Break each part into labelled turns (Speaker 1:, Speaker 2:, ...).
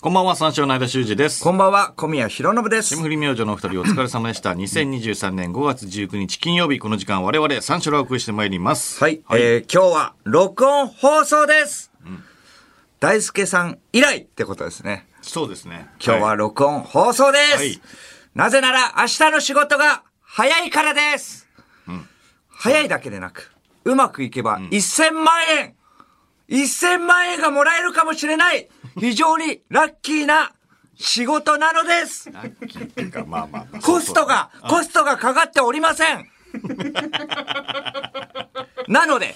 Speaker 1: こんばんは、三章の間修二です。
Speaker 2: こんばんは、小宮浩信です
Speaker 1: 霜。降り明星のお二人お疲れ様でした。2023年5月19日金曜日、この時間我々三章をお送りしてまいります。
Speaker 2: はい、えー今日は録音放送です、大輔さん以来ってことですね。
Speaker 1: そうですね。
Speaker 2: 今日はい録音放送です、
Speaker 1: はい
Speaker 2: なぜなら明日の仕事が早いからです、早いだけでなく、うまくいけば1000万円、!1000 万円がもらえるかもしれない非常にラッキーな仕事なのです
Speaker 1: ラッキーっていうか、まあまあまあ。
Speaker 2: コストが、コストがかかっておりま せん。なので、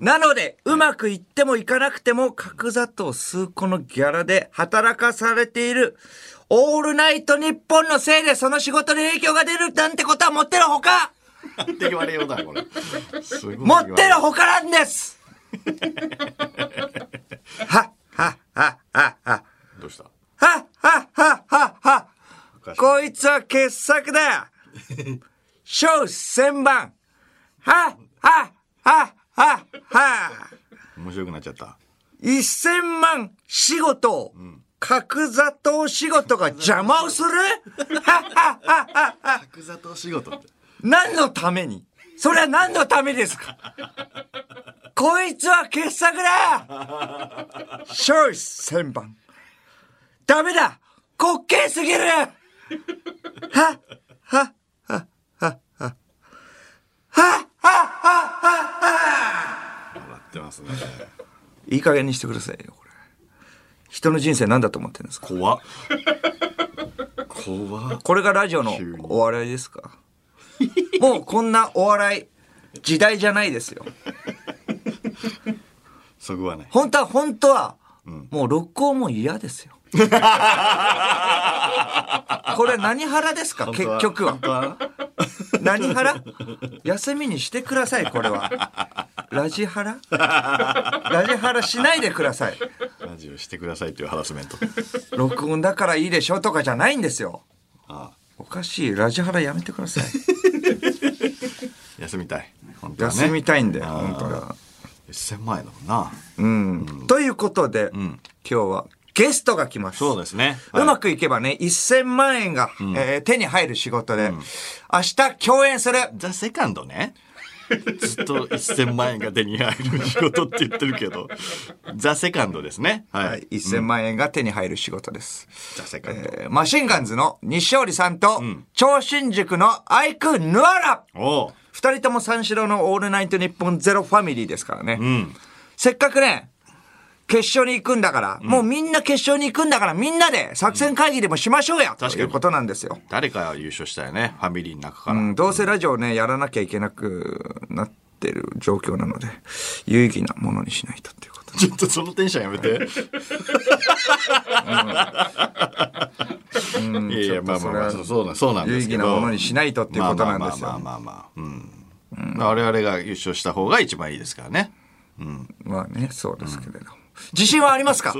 Speaker 2: なので、うまくいってもいかなくても、角砂糖数個のギャラで働かされている、オールナイト日本のせいでその仕事に影響が出るなんてことはもってのほか
Speaker 1: そうそう。って言われようだ、これ。すごい。
Speaker 2: もってのほかなんです ははははは
Speaker 1: どうした
Speaker 2: はははははこいつは傑作だ小千番ははははは
Speaker 1: 面白くなっちゃった。
Speaker 2: 一千万仕事を、角砂糖仕事が邪魔をする
Speaker 1: 角砂糖仕事って。
Speaker 2: 何のためにそれは何のためですかこいつは傑作だ小千番ダメだ滑稽すぎるははははははは
Speaker 1: 笑ってますね。
Speaker 2: いい加減にしてくださいよ、これ。人の人生何だと思ってるんですか
Speaker 1: 怖っ。怖っ。
Speaker 2: これがラジオの
Speaker 1: 急に
Speaker 2: お笑いですかもうこんなお笑い、時代じゃないですよ。
Speaker 1: そこはね。
Speaker 2: 本当は、本当は、もう録音も 嫌ですよ。これ何腹ですか結局は
Speaker 1: 本。当は
Speaker 2: 何腹休みにしてください、これは。ラジ 腹ラジ腹しないでください。
Speaker 1: ラジオしてくださいというハラスメント。
Speaker 2: 録音だからいいでしょとかじゃないんですよ。
Speaker 1: ああ
Speaker 2: おかしい。ラジハラやめてください。
Speaker 1: 休みたい。本当はね
Speaker 2: 休みたい んだよ、
Speaker 1: ああ
Speaker 2: 本当は。
Speaker 1: 1000万円だもんな。
Speaker 2: うん。ということで、今日はゲストが来ます。
Speaker 1: そうですね。
Speaker 2: うま
Speaker 1: く。
Speaker 2: くいけばね、1000万円が、えー手に入る仕事で、明日共演する。
Speaker 1: ザ・セカンドね。ずっと1000万円が手に入る仕事って言ってるけど、ザ・セカンドですね。はい。
Speaker 2: はい、1000万円が手に入る仕事です。
Speaker 1: ザ・セカンド。
Speaker 2: えーマシンガンズの西織さんと、超新塾のアイク・ヌアラ
Speaker 1: おう
Speaker 2: 二人とも三四郎のオールナイトニッポンゼロファミリーですからね。せっかくね、決勝に行くんだから、もうみんな決勝に行くんだから、みんなで作戦会議でもしましょうや、
Speaker 1: かに
Speaker 2: ということなんですよ。
Speaker 1: 誰か優勝したよね。ファミリーの中から。
Speaker 2: うん、どうせラジオをね、やらなきゃいけなくなってる状況なので、有意義なものにしないとっていうこと で。
Speaker 1: ちょっとそのテンションやめて。いやいや、まあまあまあ、
Speaker 2: ちょ
Speaker 1: そうそ
Speaker 2: っと
Speaker 1: うなんそうなん
Speaker 2: 有
Speaker 1: で
Speaker 2: 意
Speaker 1: すけ
Speaker 2: 義
Speaker 1: ど。
Speaker 2: なものにしないとっていうことなんですよ。
Speaker 1: まあまあまあまあまあまあ、うん。まあ我々が優勝した方が一番いいですからね。
Speaker 2: まあね、そうですけれども。自信はあ りますか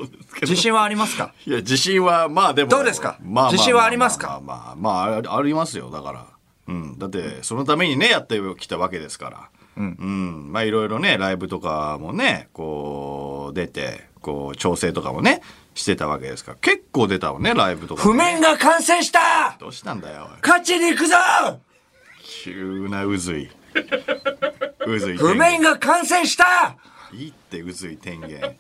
Speaker 2: 自信はありますか
Speaker 1: いや、自信は、まあでも。
Speaker 2: どうですか
Speaker 1: まあまあまあ
Speaker 2: 自信はありますか
Speaker 1: まあまあ、まあ、あありますよ、だから。うん。だって、そのためにね、やってきたわけですから。うん。まあいろいろね、ライブとかもね、こう、出て、こう、調整とかもね、してたわけですから。結構出たもんね、ライブとかも
Speaker 2: 譜
Speaker 1: ね、
Speaker 2: 面が完成した
Speaker 1: どうしたんだよ、おい
Speaker 2: 勝ちに行くぞ
Speaker 1: 急なうずい。うずい。
Speaker 2: 譜面が完成した
Speaker 1: いいって、うずい天元。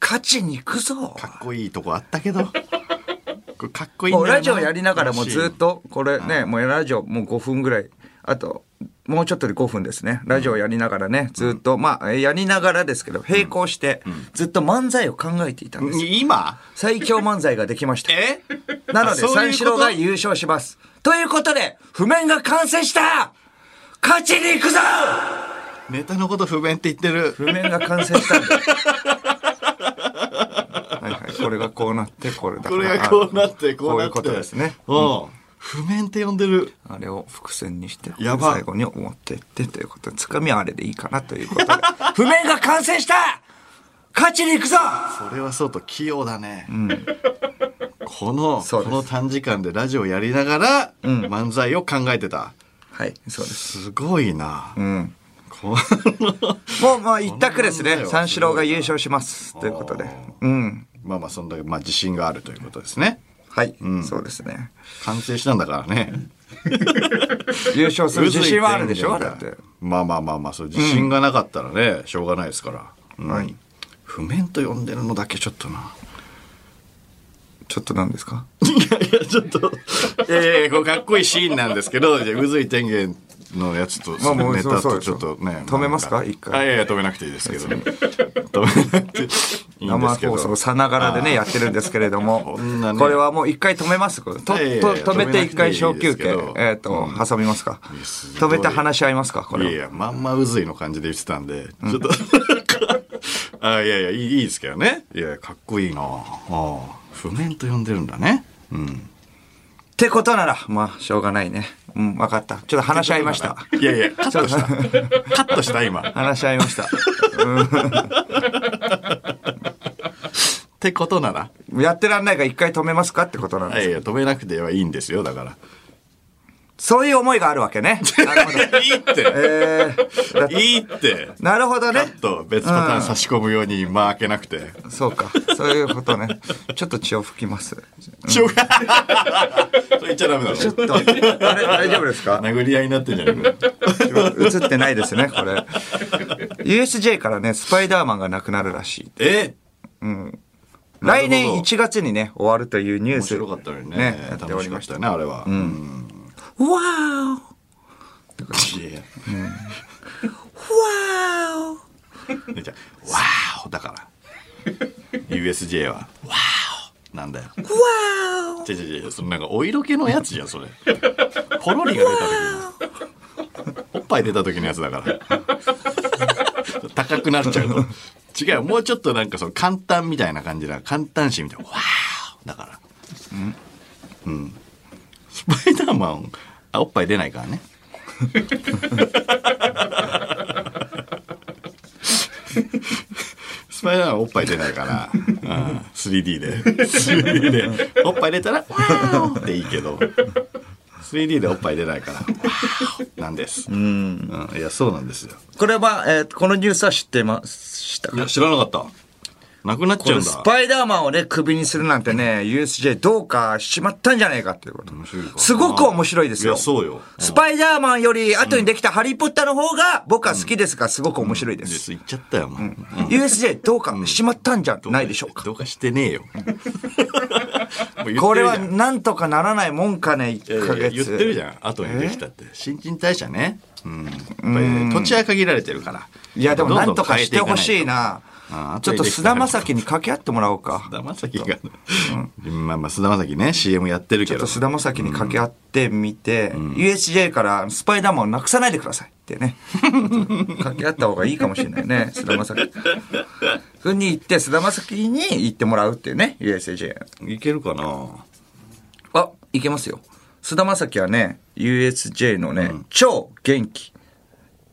Speaker 2: 勝ちに行くぞ
Speaker 1: かっこいいとこあったけど。これかっこいいん
Speaker 2: もう
Speaker 1: だよな
Speaker 2: ラジオやりながらもずっ。と、これね、もうラジオもう5分ぐらい、あと、もうちょっとで5分ですね。ラジオやりながらね、ずっと、まあ、えやりながらですけど、並行して、ずっと漫才を考えていたんです。
Speaker 1: 今
Speaker 2: 最強漫才ができました。
Speaker 1: え
Speaker 2: なの
Speaker 1: あ
Speaker 2: で、
Speaker 1: そういうこと
Speaker 2: 三四郎が優勝します。ということで、譜面が完成した勝ちに行くぞ
Speaker 1: ネタのこと不便って言ってる。
Speaker 2: 譜面が完成したんだ。 はいはい、これがこうなって、これだから
Speaker 1: これがこうなって、こうなって。
Speaker 2: こういうことですね。
Speaker 1: うん。譜面って呼んでる。
Speaker 2: あれを伏線にして、
Speaker 1: やば
Speaker 2: 最後に思ってってということで、つかみはあれでいいかなということで。 譜面が完成した勝ちに行くぞ
Speaker 1: それはそうと器用だね。この、
Speaker 2: そう
Speaker 1: こ
Speaker 2: で
Speaker 1: の
Speaker 2: す
Speaker 1: 短時間でラジオやりながら、漫才を考えてた。
Speaker 2: はい、そうです。
Speaker 1: すごいな。
Speaker 2: ん
Speaker 1: この、
Speaker 2: もう、まあ、一択で
Speaker 1: こ
Speaker 2: す
Speaker 1: んな
Speaker 2: ね。
Speaker 1: んだよ
Speaker 2: 三四郎が優勝します。ということで。うん。
Speaker 1: まあまあ、そんだけ、まあ自信があるということですね。
Speaker 2: はい、そうですね。
Speaker 1: 完成したんだからね。
Speaker 2: 優勝する自信はあるでしょだって。
Speaker 1: まあまあまあまあ、そう、自信がなかったらね、しょうがないですから。うん
Speaker 2: はい。
Speaker 1: 譜面と呼んでるのだけちょっとな。
Speaker 2: ちょっと何ですか
Speaker 1: ちょっと、ええ、こうかっこいいシーンなんですけど、じゃあ、うずい天元のやつと、
Speaker 2: まあもう
Speaker 1: ネタ
Speaker 2: そうそ
Speaker 1: と
Speaker 2: う
Speaker 1: ちょっとね。
Speaker 2: 止めますか
Speaker 1: なん
Speaker 2: 一回
Speaker 1: あいやいや、止めなくていいですけど。止めなくていいんですけど。
Speaker 2: 生放送さながらでね、やってるんですけれども
Speaker 1: こんな、ね
Speaker 2: これはもう一回止めますとと
Speaker 1: いやいや
Speaker 2: 止めて一回小休
Speaker 1: 止
Speaker 2: 憩
Speaker 1: めなくていいですけど、
Speaker 2: えっと、挟みますか
Speaker 1: やすごい
Speaker 2: 止めて話し合いますかこ
Speaker 1: いやい
Speaker 2: れを。
Speaker 1: や、まんまうずいの感じで言ってたんで、ちょっと、あいやいやいい、いいですけどね。いや、かっこいいなああ譜面と呼んでるんだね。うん。
Speaker 2: ってことなら、まあ、しょうがないね。うん、わかった。ちょっと話し合いました。
Speaker 1: いやいや、カットした。カットした、今。
Speaker 2: 話し合いました。
Speaker 1: ってことなら。
Speaker 2: やってらんないから一回止めますかってことな
Speaker 1: い
Speaker 2: ん
Speaker 1: や
Speaker 2: です。
Speaker 1: いや、止めなくてはいいんですよ、だから。
Speaker 2: そういう思いがあるわ けね。なるほど。
Speaker 1: いいって、
Speaker 2: えーだ
Speaker 1: いいって。
Speaker 2: なるほどね
Speaker 1: ちょっ。と別パターン差し込むように間開けなくて。
Speaker 2: そうか。そういうことね。ちょっと血を吹きます。
Speaker 1: しょうがそれ言っちゃダメだろ。
Speaker 2: ちょっと、あれ、大丈夫ですか
Speaker 1: 殴り合いになってんじゃねえか。
Speaker 2: 映ってないですね、これ。USJ からね、スパイダーマンがなくなるらしい。
Speaker 1: えな
Speaker 2: 来年
Speaker 1: るほど
Speaker 2: 1月にね、終わるというニュー
Speaker 1: 面
Speaker 2: ス。
Speaker 1: 白かったのにね。
Speaker 2: やってお
Speaker 1: 楽
Speaker 2: り
Speaker 1: しか
Speaker 2: ま
Speaker 1: っ
Speaker 2: した
Speaker 1: たね、あれは。うん。
Speaker 2: た。わ
Speaker 1: いやいや。
Speaker 2: ー わ
Speaker 1: じゃあわーおだから USJ は「わーお」なんだよ
Speaker 2: ーわ
Speaker 1: 違う違う違うそのなんかお色気のやつじゃんそれほろりが出た時のおっぱい出た時のやつだから高くなっちゃうと違うもうちょっとなんかその簡単みたいな感じな簡単詞みたいな「わーお」だからうん、スパイダーマンあおっぱい出ないからねスパイダーマンおっぱい出ないから、うん 3D で。3D で。おっぱい出たら、わーっていいけど、3D でおっぱい出ないから、わーなんです。うん。いや、そうなんですよ。
Speaker 2: ーこれは、えーこのニュースは知ってました
Speaker 1: いや、知らなかった。なくなっち
Speaker 2: こ
Speaker 1: ゃう
Speaker 2: れ
Speaker 1: ん
Speaker 2: ス
Speaker 1: だ。
Speaker 2: パイダーマンをね、クビにするなんてね、USJ どうかしちまったんじゃないかっていうこと。
Speaker 1: 面白いか
Speaker 2: すごく面白いですよ。
Speaker 1: いやそうよ
Speaker 2: スパイダーマンより後にできたハリーポッターの方が僕は好きですが、すごく面白いで。
Speaker 1: ですす言っちゃったよ、もう。
Speaker 2: USJ どうかしちまったんじゃないでしょうか。
Speaker 1: どうかしてねえよ。もう言ってるじゃん
Speaker 2: これはなんとかならないもんかね、
Speaker 1: いやい
Speaker 2: 1
Speaker 1: や
Speaker 2: ヶ月。
Speaker 1: 言ってるじゃん後にできたって新陳代謝ね、うん、やっぱりね土地は限られてるから
Speaker 2: いや、でも
Speaker 1: ど
Speaker 2: なん
Speaker 1: ど
Speaker 2: んとか
Speaker 1: 変え
Speaker 2: して
Speaker 1: かな
Speaker 2: ほしいな
Speaker 1: あー。
Speaker 2: ちょっと菅田将暉に掛け合ってもらおうか。
Speaker 1: 菅田将暉が、まあまあ菅田将暉ね CM やってる
Speaker 2: ち
Speaker 1: け
Speaker 2: ょっ
Speaker 1: ど
Speaker 2: と菅田将暉に掛け合ってみて、USJ からスパイダーマンをなくさないでくださいって ね。掛け合った方がいいかもしれないね、菅田将暉。ふうに行って、菅田将暉に行ってもらうっていうね、USJ。
Speaker 1: いけるかな
Speaker 2: あ、いけますよ。菅田将暉はね、USJ のね、超元気、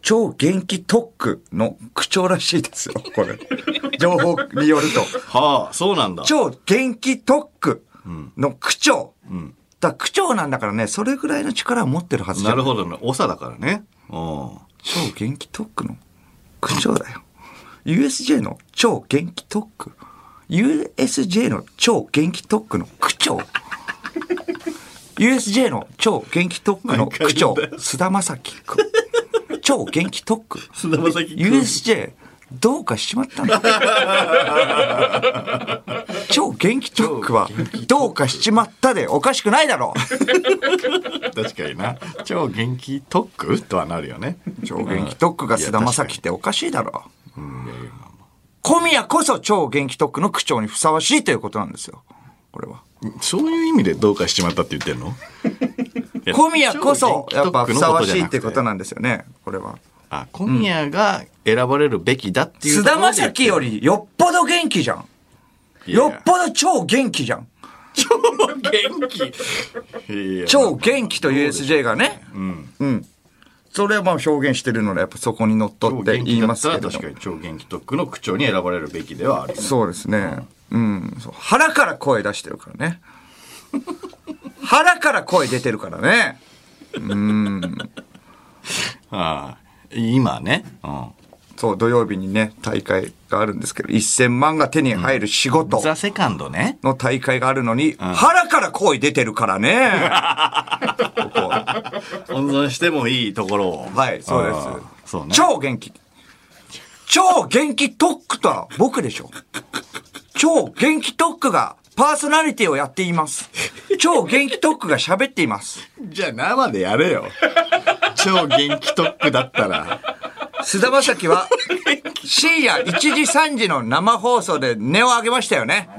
Speaker 2: 超元気特区の区長らしいですよ、これ。情報によると。
Speaker 1: はあそうなんだ
Speaker 2: 超元気特区の区長。だから区長なんだからね、それぐらいの力を持ってるはずじゃ
Speaker 1: なんるほどね長だからねうん
Speaker 2: 超元気特区の区長だよ。USJ の超元気特区。USJ の超元気特区の区長。USJ の超元気特区の区長、菅田将暉君。超元気特区。
Speaker 1: 菅田将暉君
Speaker 2: USJ、どうかしちまったんだ。 超元気特区は、どうかしちまったでおかしくないだろう。
Speaker 1: 確かにな超元気特区とはなるよね
Speaker 2: 超元気特区が菅田将暉っておかしいだろう。
Speaker 1: うんいやいやまあま
Speaker 2: 小宮こそ超元気特区の区長にふさわしいということなんですよ。これは。
Speaker 1: あそういう意味でどうかしちまったって言ってんのいや
Speaker 2: 小宮こそ
Speaker 1: 超
Speaker 2: やっぱ
Speaker 1: 元気特区
Speaker 2: ふ
Speaker 1: の
Speaker 2: さわ
Speaker 1: とじ
Speaker 2: し
Speaker 1: ゃ
Speaker 2: い
Speaker 1: な
Speaker 2: っ
Speaker 1: く
Speaker 2: ていうことなんですよね。これは。
Speaker 1: あ小宮が選ばれるべきだっていう
Speaker 2: 菅田将暉よりよっぽど元気じゃん。よっぽど超元気じゃん。
Speaker 1: 元気いや
Speaker 2: 超元気と USJ がね。
Speaker 1: うん
Speaker 2: うん。それはまあ表現してるので、やっぱそこにのっと
Speaker 1: 超
Speaker 2: っ
Speaker 1: 元
Speaker 2: て言
Speaker 1: 気
Speaker 2: い
Speaker 1: だ
Speaker 2: ま
Speaker 1: っ
Speaker 2: す
Speaker 1: た
Speaker 2: け
Speaker 1: ら
Speaker 2: ど。
Speaker 1: 確かに超元気特区の区長に選ばれるべきではある
Speaker 2: そうですね。うん。そう腹から声出してるからね。 腹から声出てるからね。
Speaker 1: ああ今ね、うん、
Speaker 2: そう、土曜日にね、大会があるんですけど、1000万が手に入る仕事。
Speaker 1: ザ・セカンドね。
Speaker 2: の大会があるのに、腹から声出てるからね。ここは
Speaker 1: 温存してもいいところを。
Speaker 2: はい、そう
Speaker 1: あー
Speaker 2: です。
Speaker 1: そうね。
Speaker 2: 超元気。超元気特区とは僕でしょ。超元気特区がパーソナリティをやっています。超元気特区が喋っています。
Speaker 1: じゃあ生でや れよ。超元気特区だったら。
Speaker 2: 菅田将暉は深夜1時3時の生放送で値を上げましたよね。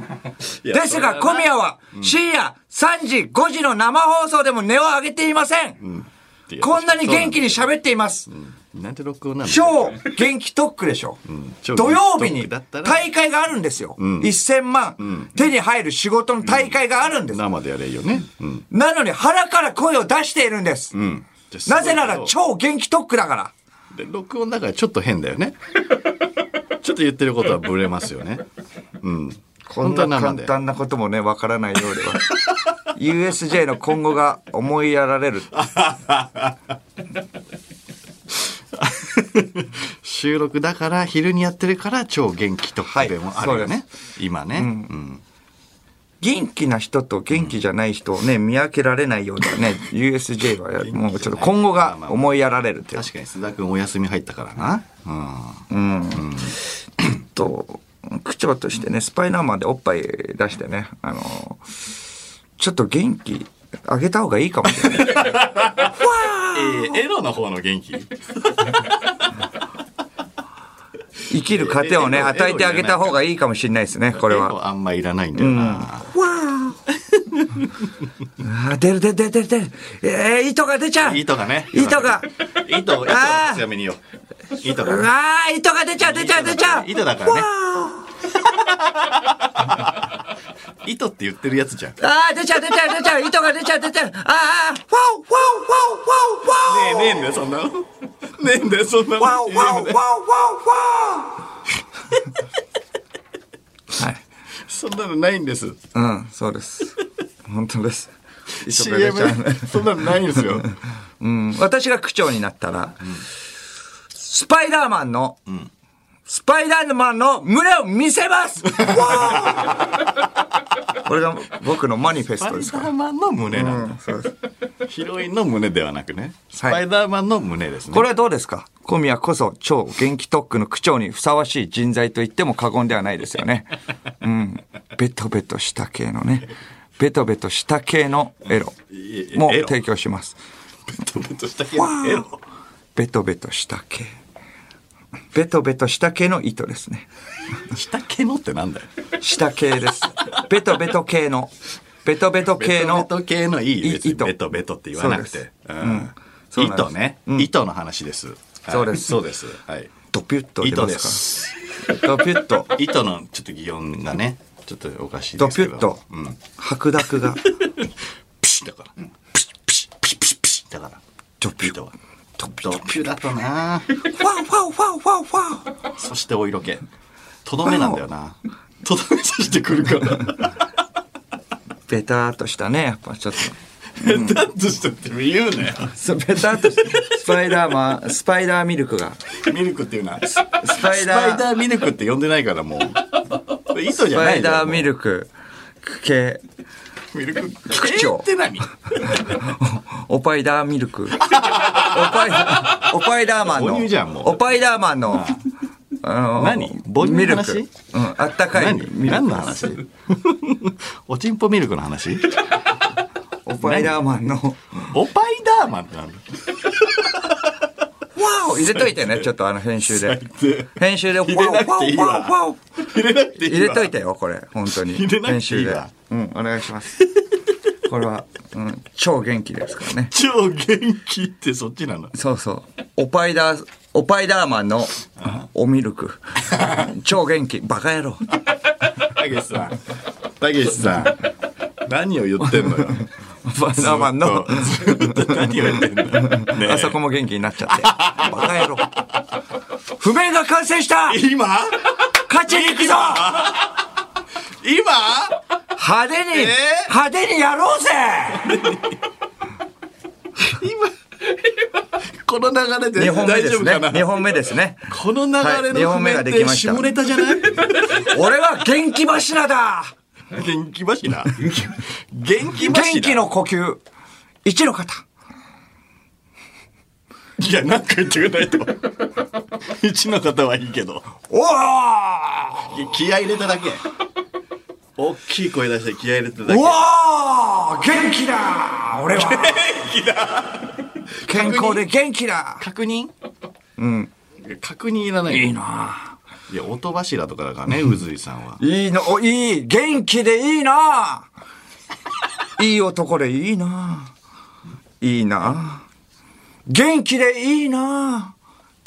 Speaker 1: いや
Speaker 2: ですが小宮は深夜3時5時の生放送でも値を上げていません。こんなに元気に喋っています。
Speaker 1: なんて録音なんだ
Speaker 2: 超元気特区でしょ。
Speaker 1: 超
Speaker 2: 土曜
Speaker 1: 元気
Speaker 2: 日
Speaker 1: 特区
Speaker 2: に
Speaker 1: だったら
Speaker 2: 大会があるんですよ。1000万、手に入る仕事の大会があるんです。
Speaker 1: 生でやれよね。うん。
Speaker 2: なのに腹から声を出しているんです。
Speaker 1: うん。じゃあ
Speaker 2: なぜなら超元気特区だから。
Speaker 1: で録音だからちょっと変だよね。ちょっと言ってることはブレますよね。うん。
Speaker 2: こんな簡単なこともね、わからないようで は。USJ の今後が思いやられる。
Speaker 1: 収録だから昼にやってるから超元気特区でもあるよね。
Speaker 2: はい
Speaker 1: 今ね。うん。
Speaker 2: 元気な人と元気じゃない人をね、見分けられないようだね。USJ はもうちょっと今後が思いやられるっていう
Speaker 1: 確かに須田君お休み入ったからな。うん。
Speaker 2: と、区長としてね、スパイダーマンでおっぱい出してね、あの、ちょっと元気あげた方がいいかも しれない。
Speaker 1: えーエロの方の元気
Speaker 2: 生きる糧をね、与えてあげた方がいいかもしれないですね、これ
Speaker 1: エ
Speaker 2: は。
Speaker 1: ロあんまいらないんだよな。
Speaker 2: わああー出る出る出る出る出る。えー、糸が出ちゃう。
Speaker 1: 糸がね。
Speaker 2: 糸が。
Speaker 1: 糸、糸をち
Speaker 2: あー
Speaker 1: なみによ。糸がね。
Speaker 2: あー、糸が出ちゃう出ちゃう出ちゃう。
Speaker 1: 糸だからね
Speaker 2: わあ
Speaker 1: 糸って言ってるやつじゃん。ね
Speaker 2: あー、出ちゃう出ちゃう出ちゃう。糸が出ちゃう出ちゃう。あーあー、フォ
Speaker 1: え
Speaker 2: ーフォーフォ
Speaker 1: ねえんだよ、
Speaker 2: ーフォーフォーフォー。
Speaker 1: そんなの。ねえんだよ、そんなの。
Speaker 2: わおわおわおわおわお。はい。
Speaker 1: そんなのないんです。
Speaker 2: うん、そうです。本 当です。糸が出
Speaker 1: CM
Speaker 2: ちゃうね。
Speaker 1: ねそんなのないんですよ。
Speaker 2: うん私が区長になったら、スパイダーマンの、スパイダーマンの胸を見せますわーこれが僕のマニフェス
Speaker 1: スパ
Speaker 2: トで
Speaker 1: イ
Speaker 2: す
Speaker 1: ダ
Speaker 2: か
Speaker 1: ーマンの胸
Speaker 2: ら。
Speaker 1: な
Speaker 2: うん
Speaker 1: だ
Speaker 2: ん、そうです。
Speaker 1: ヒロインの胸ではなくね。スパイダーマンの胸ですね。
Speaker 2: これはどうですか小宮こそ超元気特区の区長にふさわしい人材と言っても過言ではないですよね。うん。ベトベトした系のね。ベトベトした系のエロ
Speaker 1: いえ
Speaker 2: も
Speaker 1: エロ
Speaker 2: 提供します。
Speaker 1: ベトベトしたけど、エロ。
Speaker 2: ベトベトした系。ベトベトした系の糸ですね。
Speaker 1: したけのってなんだよ。
Speaker 2: 下系です。ベトベト系の。ベトベト系
Speaker 1: ベトベ
Speaker 2: の。
Speaker 1: ト系のいい。別に
Speaker 2: 糸
Speaker 1: ベトベトって言わなく
Speaker 2: そう
Speaker 1: て
Speaker 2: で。
Speaker 1: う
Speaker 2: すうん
Speaker 1: ん
Speaker 2: そうなんです
Speaker 1: 糸ね。糸の話です。はい
Speaker 2: そうです
Speaker 1: そうです。はい。
Speaker 2: ドピュッと出
Speaker 1: 糸
Speaker 2: ま
Speaker 1: です
Speaker 2: す。から。ドピュッと。
Speaker 1: 糸のちょっと擬音がね、ちょっとおかしい
Speaker 2: ド
Speaker 1: です
Speaker 2: ピ
Speaker 1: け
Speaker 2: ュ
Speaker 1: ど。
Speaker 2: ッと
Speaker 1: うん。。
Speaker 2: 白濁が。
Speaker 1: ピシッだから。ピシッピシッピシッピシッピシッだから。
Speaker 2: ドピュッ
Speaker 1: 糸は。ドピュだとな
Speaker 2: ファンファンファンファンファ ン。
Speaker 1: そしてお色気。とどめなんだよな。とどめさしてくるから。
Speaker 2: ベターっとしたね。やっぱちょっと。
Speaker 1: だとしてって言うなよ。
Speaker 2: そうベターっとした。スパイダーマン、スパイダーミルクが。
Speaker 1: ミルクっていうな。ス
Speaker 2: スパイ
Speaker 1: パ
Speaker 2: ダ
Speaker 1: イダ
Speaker 2: ー、
Speaker 1: ーミルクって呼んでないからもう。糸じ
Speaker 2: ス
Speaker 1: ゃ
Speaker 2: パ
Speaker 1: ない
Speaker 2: イ
Speaker 1: じゃ
Speaker 2: ダー
Speaker 1: ん。
Speaker 2: ミルク系。
Speaker 1: もうミルク。
Speaker 2: 口
Speaker 1: え
Speaker 2: 調
Speaker 1: ーって何
Speaker 2: おパイダーミ ルク。おパイダー、おパイダーマン
Speaker 1: 母乳じゃんも
Speaker 2: の。
Speaker 1: う
Speaker 2: おパイダーマンの。あの
Speaker 1: 何母乳の
Speaker 2: ミル
Speaker 1: 話
Speaker 2: ク。うん、あったかいミルク。
Speaker 1: 何何の話 おちんぽミルクの 話
Speaker 2: おパイダーマンの。わ
Speaker 1: おパイダーマンってなんだ
Speaker 2: お入れといてね、ちょっとあの編集で。
Speaker 1: で
Speaker 2: 編集で、
Speaker 1: 入れなくていいわ
Speaker 2: わおわおわおわお
Speaker 1: 入れなくていいわ
Speaker 2: 入れといてよ、これ。本当に。
Speaker 1: 入れなくていいわ
Speaker 2: 編集で。うん、お願いします。これは、うん、超元気ですからね。
Speaker 1: 超元気ってそっちなの
Speaker 2: そうそう。おパイダー、おパイダーマンの、おミルク。超元気。バカ野郎。
Speaker 1: たけしさんたけしさん何を言ってん のよ
Speaker 2: おパイダーマンの、
Speaker 1: ずっと何を言ってんのねえ
Speaker 2: あそこも元気になっちゃって。バカ野郎。譜面が完成した
Speaker 1: 今
Speaker 2: 勝ちに行くぞ
Speaker 1: 今
Speaker 2: 派手に、
Speaker 1: えー
Speaker 2: 派手にやろうぜ
Speaker 1: 今この流れで
Speaker 2: 二本目
Speaker 1: 大
Speaker 2: で
Speaker 1: 丈
Speaker 2: す
Speaker 1: 夫か
Speaker 2: ね。
Speaker 1: な
Speaker 2: 二本目ですね。
Speaker 1: この流れ
Speaker 2: はい二
Speaker 1: の
Speaker 2: 本目が
Speaker 1: 譜
Speaker 2: で
Speaker 1: 面って
Speaker 2: きました
Speaker 1: 下ネタじゃない
Speaker 2: 俺は元気柱だ
Speaker 1: 元気柱元気柱
Speaker 2: 元気の呼吸。一の方。
Speaker 1: いや、なんか言ってくれないと。一の方はいいけど。
Speaker 2: おお
Speaker 1: 気合い入れただけ。大きい声出して気合い入れただけ。
Speaker 2: おお元気だ俺は元気だ健康で元気だ
Speaker 1: 確認うん。確認いらない。
Speaker 2: いいない
Speaker 1: や、音柱とかだからね、うずいさんは。
Speaker 2: いいの、おいい元気でいいないい男でいいないいな元気でいいな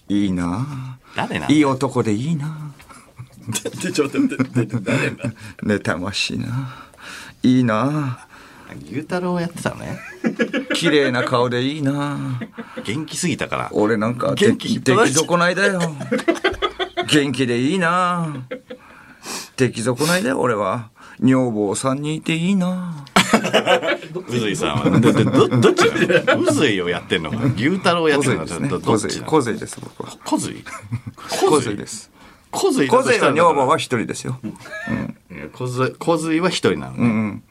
Speaker 2: いいな
Speaker 1: 誰ない
Speaker 2: い
Speaker 1: よ。
Speaker 2: 男でいいな
Speaker 1: ちょっと待って、誰だ
Speaker 2: 妬ましいないいな
Speaker 1: 牛太郎やってたのね。
Speaker 2: 綺麗な顔でいいな
Speaker 1: 元気すぎたから。
Speaker 2: 俺なんか出
Speaker 1: 元気
Speaker 2: 来
Speaker 1: 引っ張られちゃう
Speaker 2: 損ないだよ元気でいいな出来損ないだよ俺は女房さんにいていいな
Speaker 1: うずいさんは。ど、ど、どどっちなのうずいをやってんのか。牛太郎や
Speaker 2: 小
Speaker 1: ってんの
Speaker 2: 勢です
Speaker 1: か。
Speaker 2: ね
Speaker 1: どどっ
Speaker 2: 小
Speaker 1: ち
Speaker 2: 勢
Speaker 1: なの
Speaker 2: 小勢です僕は
Speaker 1: 小ずい
Speaker 2: 小勢で。す
Speaker 1: 小ずい
Speaker 2: 小勢は女房は一人ですよ
Speaker 1: いや小ず小ずいは一人なの ね。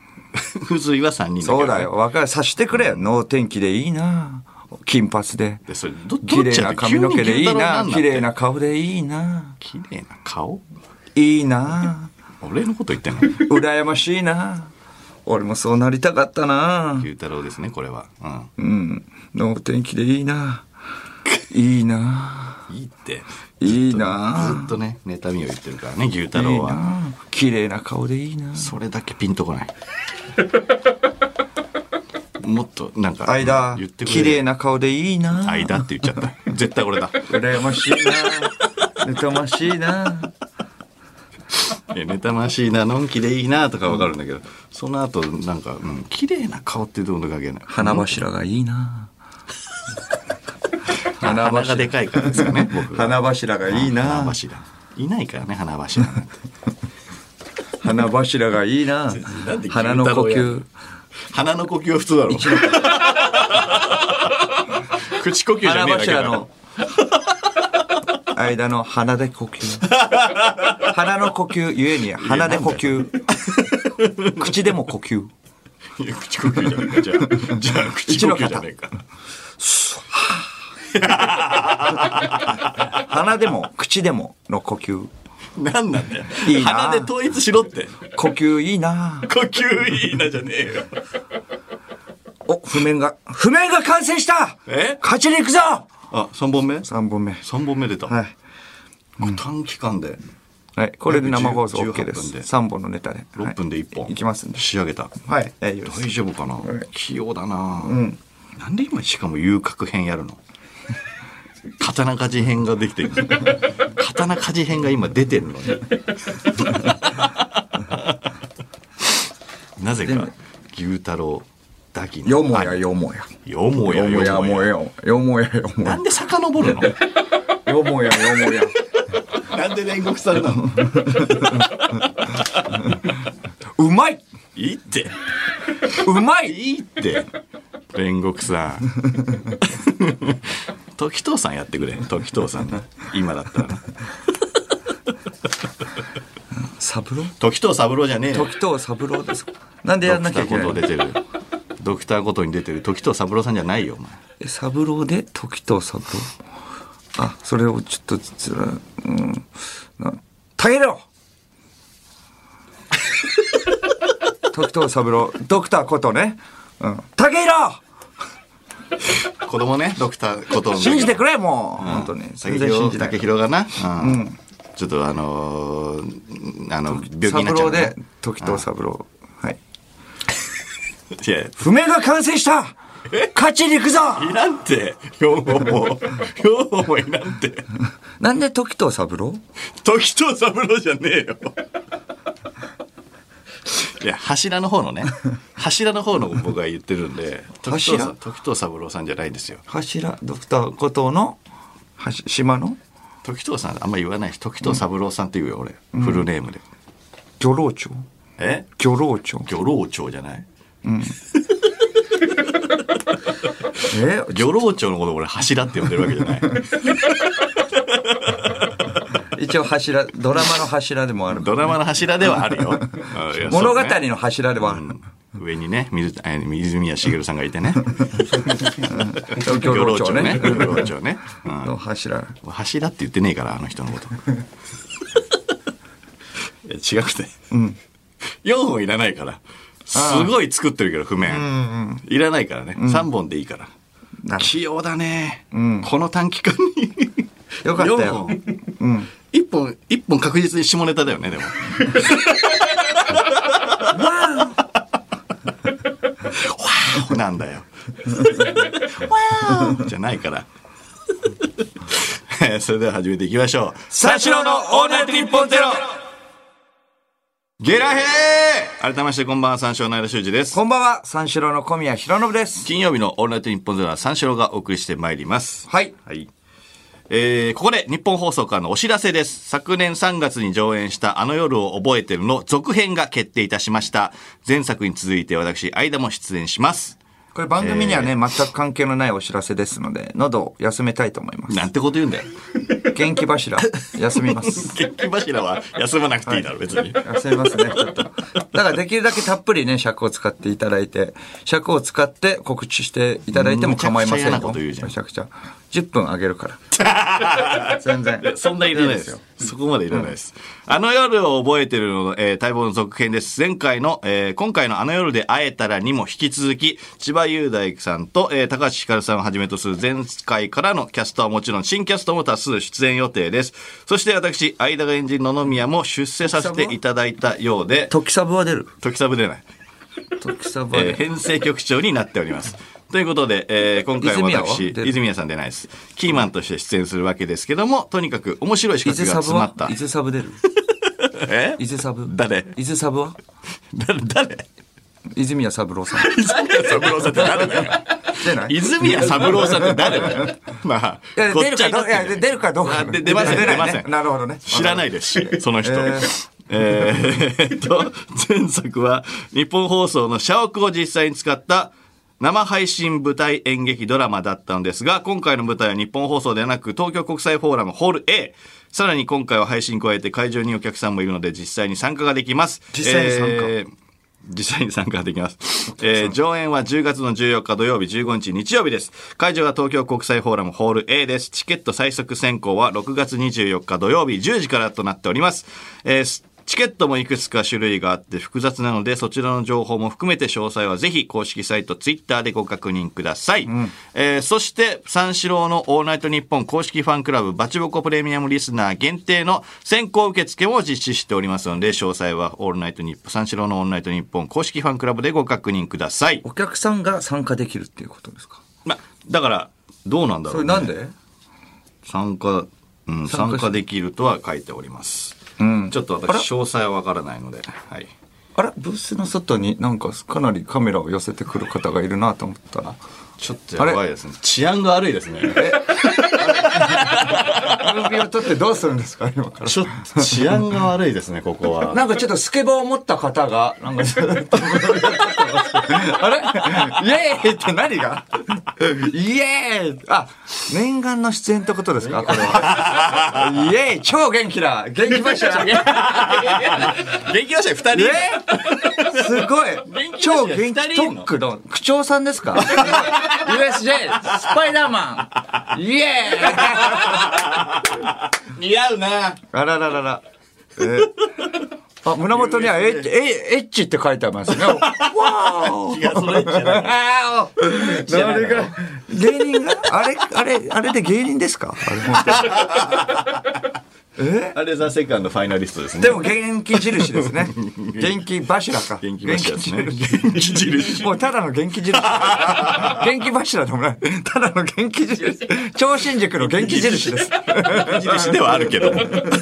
Speaker 1: うずいは三人けど
Speaker 2: そうだよ若いさしてくれよ能天気でいいな金髪で
Speaker 1: でそれどど
Speaker 2: 綺
Speaker 1: っちや
Speaker 2: 麗な
Speaker 1: ねん
Speaker 2: 髪の毛でいいな
Speaker 1: 急に
Speaker 2: 綺
Speaker 1: 牛太郎
Speaker 2: 麗
Speaker 1: にんだって
Speaker 2: な顔でいいな
Speaker 1: 綺麗な顔
Speaker 2: いいな
Speaker 1: 俺のこと言ってんの
Speaker 2: 羨ましいな俺もそうなりたかったな
Speaker 1: 牛太郎ですねこれはう
Speaker 2: うん。能天気でいいな。いいな。
Speaker 1: んいいって
Speaker 2: いい
Speaker 1: ずっ
Speaker 2: な。
Speaker 1: とね妬みを言ってるからね牛太
Speaker 2: いい
Speaker 1: 郎は
Speaker 2: な。綺麗な顔でいいな。
Speaker 1: それだけピンとこ ないもっとなんか
Speaker 2: 間
Speaker 1: 言っ、てくれ
Speaker 2: 綺麗な顔でいいな。
Speaker 1: 間って言っちゃ った絶対俺だ
Speaker 2: 羨ましいな。妬ましいな。
Speaker 1: いや妬ましいなのんきでいいなとかわかるんだけどその後なんか、うん、綺麗な顔ってどうのかけない
Speaker 2: 花柱がいいな。
Speaker 1: 鼻がでかいからですよね僕
Speaker 2: 花柱がいい
Speaker 1: 花
Speaker 2: な。
Speaker 1: 柱いないからね花柱なんて
Speaker 2: 花柱がいいな
Speaker 1: なんで。
Speaker 2: 花の呼
Speaker 1: 金太郎や
Speaker 2: 吸。
Speaker 1: 鼻の呼吸は普通だろ。 口呼吸じゃ
Speaker 2: 花
Speaker 1: ねえだけ
Speaker 2: 柱
Speaker 1: だ
Speaker 2: の 間の鼻で呼吸鼻の呼吸ゆえに鼻で呼吸口でも呼吸
Speaker 1: いや口呼吸じゃねえか。じゃあ、じゃあ口呼吸じゃねえか。
Speaker 2: 鼻でも口でもの呼吸
Speaker 1: なんなんだよ。
Speaker 2: いいな
Speaker 1: 鼻で統一しろって。
Speaker 2: 呼吸いいな
Speaker 1: 呼吸いいなじゃねえよ。
Speaker 2: お譜面が譜面が完成した
Speaker 1: え
Speaker 2: 勝ちに行くぞ
Speaker 1: あ、3本目
Speaker 2: 3本目は
Speaker 1: ?3 本目出た。
Speaker 2: い、
Speaker 1: 短期間で
Speaker 2: はい、これで生放送
Speaker 1: 約
Speaker 2: OK で
Speaker 1: 18分
Speaker 2: す
Speaker 1: で
Speaker 2: 3本のネタで
Speaker 1: 6分で1本。
Speaker 2: はい、いきますんで
Speaker 1: 仕上げた。
Speaker 2: はい大丈夫です
Speaker 1: 大丈夫かな器用だななんで今しかも遊郭編やるの刀鍛冶編ができてる刀鍛冶編が今出てるの になぜか牛太郎ダキの
Speaker 2: よもや
Speaker 1: あ
Speaker 2: よもや
Speaker 1: よもや
Speaker 2: よも
Speaker 1: よ
Speaker 2: や
Speaker 1: もや
Speaker 2: もやよもやよも
Speaker 1: な
Speaker 2: や
Speaker 1: んで遡るの
Speaker 2: よもやよもや
Speaker 1: なんで煉獄されたの
Speaker 2: うまい
Speaker 1: いいって
Speaker 2: うまい
Speaker 1: いいって煉獄さん時藤さんやってくれ時藤さんね今だったらな
Speaker 2: サブロー
Speaker 1: 時藤三郎じゃねえよ
Speaker 2: 時藤三郎ですかなんでや
Speaker 1: ド
Speaker 2: ん
Speaker 1: ク
Speaker 2: なき
Speaker 1: タ
Speaker 2: ゃ
Speaker 1: ー
Speaker 2: いけ
Speaker 1: こと
Speaker 2: ない
Speaker 1: 出てるドクターごとに出てる時藤三郎さんじゃないよお前
Speaker 2: え三郎で時藤三郎あそれをちょっとずつうんな耐えろ時藤三郎ドクターことねうん武ろ
Speaker 1: 子供ねドクターこと
Speaker 2: 信じてく
Speaker 1: れ
Speaker 2: れもう、本当に
Speaker 1: 竹
Speaker 2: 全然信じ
Speaker 1: 広
Speaker 2: て
Speaker 1: 竹
Speaker 2: くれ
Speaker 1: 広がな、うんちょっとあのーあの病気
Speaker 2: 三
Speaker 1: になっちゃ
Speaker 2: 郎
Speaker 1: うね
Speaker 2: で時藤三郎はい
Speaker 1: いや
Speaker 2: 不明が完成した勝ちに行くぞ
Speaker 1: いらんて兵庫も兵庫もいらんて
Speaker 2: なんで時藤三郎
Speaker 1: 時藤三郎じゃねえよいや柱の方のね柱の方の僕が言ってるんで時藤さん
Speaker 2: 柱
Speaker 1: 時藤三郎さんじゃないんですよ
Speaker 2: 柱ドクター後藤のはし島の
Speaker 1: 時藤さんあんま言わないし時藤三郎さんって言うよ俺、フルネームで
Speaker 2: 漁労長
Speaker 1: え
Speaker 2: 漁労長
Speaker 1: 漁労長じゃない、
Speaker 2: え
Speaker 1: 漁労長のこと俺柱って呼んでるわけじゃない。
Speaker 2: 一応柱、ドラマの柱でもある。
Speaker 1: ドラマの柱ではある よ。うんいやそう
Speaker 2: 物語
Speaker 1: ね
Speaker 2: の柱ではある。
Speaker 1: 上にね、水え水宮茂さんがいてね。
Speaker 2: 東京老長ね。
Speaker 1: 漁労長ね。うん
Speaker 2: の柱。
Speaker 1: 柱って言ってねえから、あの人のこと。 いや違くて。4本いらないから。すごい作ってるけど、譜面。いらないからね。3本でいいから。
Speaker 2: なる
Speaker 1: 器用だね。この短期間 に。
Speaker 2: よかったよ
Speaker 1: 4本。1本、一本確実に下ネタだよね、でも。
Speaker 2: わあ
Speaker 1: なんだよ。 じゃないから。 えーそれでは始めていきましょう。
Speaker 2: 三四郎のオールナイトニッポンゼロ
Speaker 1: ゲラヘー改めましてこんばんは、三四郎の間修二です。
Speaker 2: こんばんは、三四郎の小宮浩信です。
Speaker 1: 金曜日のオールナイトニッポンゼロは三四郎がお送りしてまいります。
Speaker 2: はい。
Speaker 1: はい。えーここで日本放送からのお知らせです。昨年3月に上演したあの夜を覚えてるの続編が決定いたしました。前作に続いて私、間も出演します。
Speaker 2: これ番組にはね、全く関係のないお知らせですので、喉を休めたいと思います。
Speaker 1: なんてこと言うんだよ。
Speaker 2: 元気柱、休みます。
Speaker 1: 元気柱は休まなくていいだろ、別に。
Speaker 2: 休みますね、ちょっと。だからできるだけたっぷりね、尺を使っていただいて、尺を使って告知していただいても構いませんよ。
Speaker 1: むちゃくちゃ嫌なこと言うじゃん
Speaker 2: めちゃくちゃ。10分あげる から。全然。
Speaker 1: そんないらないですよ。そこまでいらないです。あの夜を覚えてるの、えー待望の続編です。前回の、えー今回のあの夜で会えたらにも引き続き、千葉雄大さんと、えー高橋ひかるさんをはじめとする前回からのキャストはもちろん、新キャストも多数出演予定です。そして私、相田が演じる野々宮も出世させていただいたようで、
Speaker 2: 時サブは出る。
Speaker 1: 時サブ出ない。
Speaker 2: 時サブは
Speaker 1: え
Speaker 2: 出
Speaker 1: ー
Speaker 2: る。
Speaker 1: 編成局長になっており ます。ということで、えー今回
Speaker 2: 泉谷
Speaker 1: は
Speaker 2: は
Speaker 1: 私、
Speaker 2: 出る
Speaker 1: 泉谷さん出ないです。キーマンとして出演するわけですけども、とにかく面白い仕
Speaker 2: 伊
Speaker 1: 掛
Speaker 2: 勢
Speaker 1: けが
Speaker 2: サ
Speaker 1: 詰
Speaker 2: ブ
Speaker 1: まっ
Speaker 2: は
Speaker 1: た
Speaker 2: 伊。勢サブ出る。
Speaker 1: え
Speaker 2: 伊勢サブ。
Speaker 1: 誰
Speaker 2: 伊勢サブは
Speaker 1: 誰誰
Speaker 2: 泉谷三郎さん。
Speaker 1: 泉谷三郎さんって誰だよ。
Speaker 2: 出ない
Speaker 1: 泉谷三郎さんって誰だよ。ま
Speaker 2: いや
Speaker 1: あ、こ
Speaker 2: 出
Speaker 1: っ
Speaker 2: る
Speaker 1: ちゃ
Speaker 2: か
Speaker 1: いだ
Speaker 2: ど
Speaker 1: ってね
Speaker 2: うか、出るかどうか。
Speaker 1: あで出ません
Speaker 2: 出ないね
Speaker 1: 出ません
Speaker 2: なるほどね。。
Speaker 1: 知らないいですし、その人。え
Speaker 2: え
Speaker 1: ー
Speaker 2: ー
Speaker 1: えっと、前作は日本放送の社屋を実際に使った生配信舞台演劇ドラマだったのですが、今回の舞台は日本放送ではなく東京国際フォーラムホール A。さらに今回は配信に加えて会場にお客さんもいるので実際に参加ができます。
Speaker 2: 実際に参加
Speaker 1: ー実際に参加できます、えー上演は10月の14日土曜日15日日曜日です会場は東京国際フォーラムホール A ですチケット最速選考は6月24日土曜日10時からとなっております、えーすチケットもいくつか種類があって複雑なのでそちらの情報も含めて詳細はぜひ公式サイト Twitter でご確認ください、えーそして三四郎の「オールナイトニッポン」公式ファンクラブバチボコプレミアムリスナー限定の先行受付も実施しておりますので詳細は「オールナイトニッポン」三四郎の「オールナイトニッポン」公式ファンクラブでご確認ください、
Speaker 2: お客さんが参加できるっていうことですか。
Speaker 1: ま、だからどうなんだ
Speaker 2: そ
Speaker 1: ろう、
Speaker 2: れ
Speaker 1: ね、
Speaker 2: なんで
Speaker 1: 参加、うん、
Speaker 2: 参
Speaker 1: 参
Speaker 2: 加し
Speaker 1: 加できるとは書いております、
Speaker 2: ん
Speaker 1: ちょっと
Speaker 2: あら
Speaker 1: 私詳細はわからないのではい
Speaker 2: あら、ブースの外になんかかなりカメラを寄せてくる方がいるなと思ったら。
Speaker 1: ちょっとやばいですね治安が悪いですね
Speaker 2: 番組を撮ってどうするんですか今から。
Speaker 1: ちょっと治安が悪いですね、ここは。
Speaker 2: なんかちょっとスケボーを持った方が、なんかずっとあれイエーイって何がイエーイあ、念願の出演ってことですかこれ は。イエーイ超元気だ元気柱イエ
Speaker 1: 元気出して二人。
Speaker 2: ーイすごい
Speaker 1: 元気柱
Speaker 2: 超元気
Speaker 1: 二人
Speaker 2: ト
Speaker 1: いんの
Speaker 2: ックの区長さんです か ?USJ スパイダーマンイエーイ
Speaker 1: 似合うな。
Speaker 2: あらららら。えーあ、胸元にはエッチ、えエッチって書いてありますね。わーお
Speaker 1: 違う、それじゃない。
Speaker 2: あーお誰が芸人があれ、あれ、あれで芸人ですかあれもしかして
Speaker 1: あれ、ザ・セカンドファイナリストですね。
Speaker 2: でも元気印ですね。 元気柱か。
Speaker 1: 元気柱ですね。
Speaker 2: 元気
Speaker 1: 元気印。
Speaker 2: もうただの元気印。元気柱でもない。ただの元気印。 超新塾の元気印です。
Speaker 1: 元気印ではあるけど。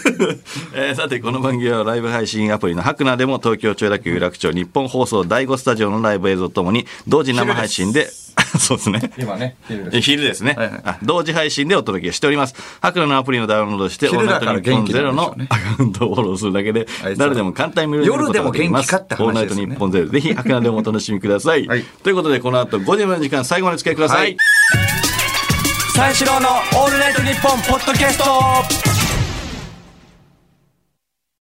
Speaker 1: えーさて、この番組はライブ配信アプリのハクナでも東京千代田区有楽町日本放送第5スタジオのライブ映像ともに同時生配信で、 そうですね。
Speaker 2: 今ね、昼です。
Speaker 1: 昼ですね、
Speaker 2: はいはい
Speaker 1: あ同時配信でお届けしております。ハクロのアプリのダウンロードして、オー
Speaker 2: 昼
Speaker 1: ルナ
Speaker 2: だ
Speaker 1: イ
Speaker 2: から
Speaker 1: トニッポンゼロの
Speaker 2: 元気なんでしょうね
Speaker 1: アカウントをフォローするだけで
Speaker 2: あい、つら
Speaker 1: 誰でも簡単に見れることができます。
Speaker 2: 夜でも元気かって
Speaker 1: オ
Speaker 2: 話
Speaker 1: ールナイ
Speaker 2: で
Speaker 1: ト
Speaker 2: すよね
Speaker 1: ニッポンゼロ、ぜひハクラでもお楽しみください。
Speaker 2: はい
Speaker 1: ということで、この後5時までの時間、最後までお付き合いください。
Speaker 2: 三四郎のオールナイトニッポンポッドキャスト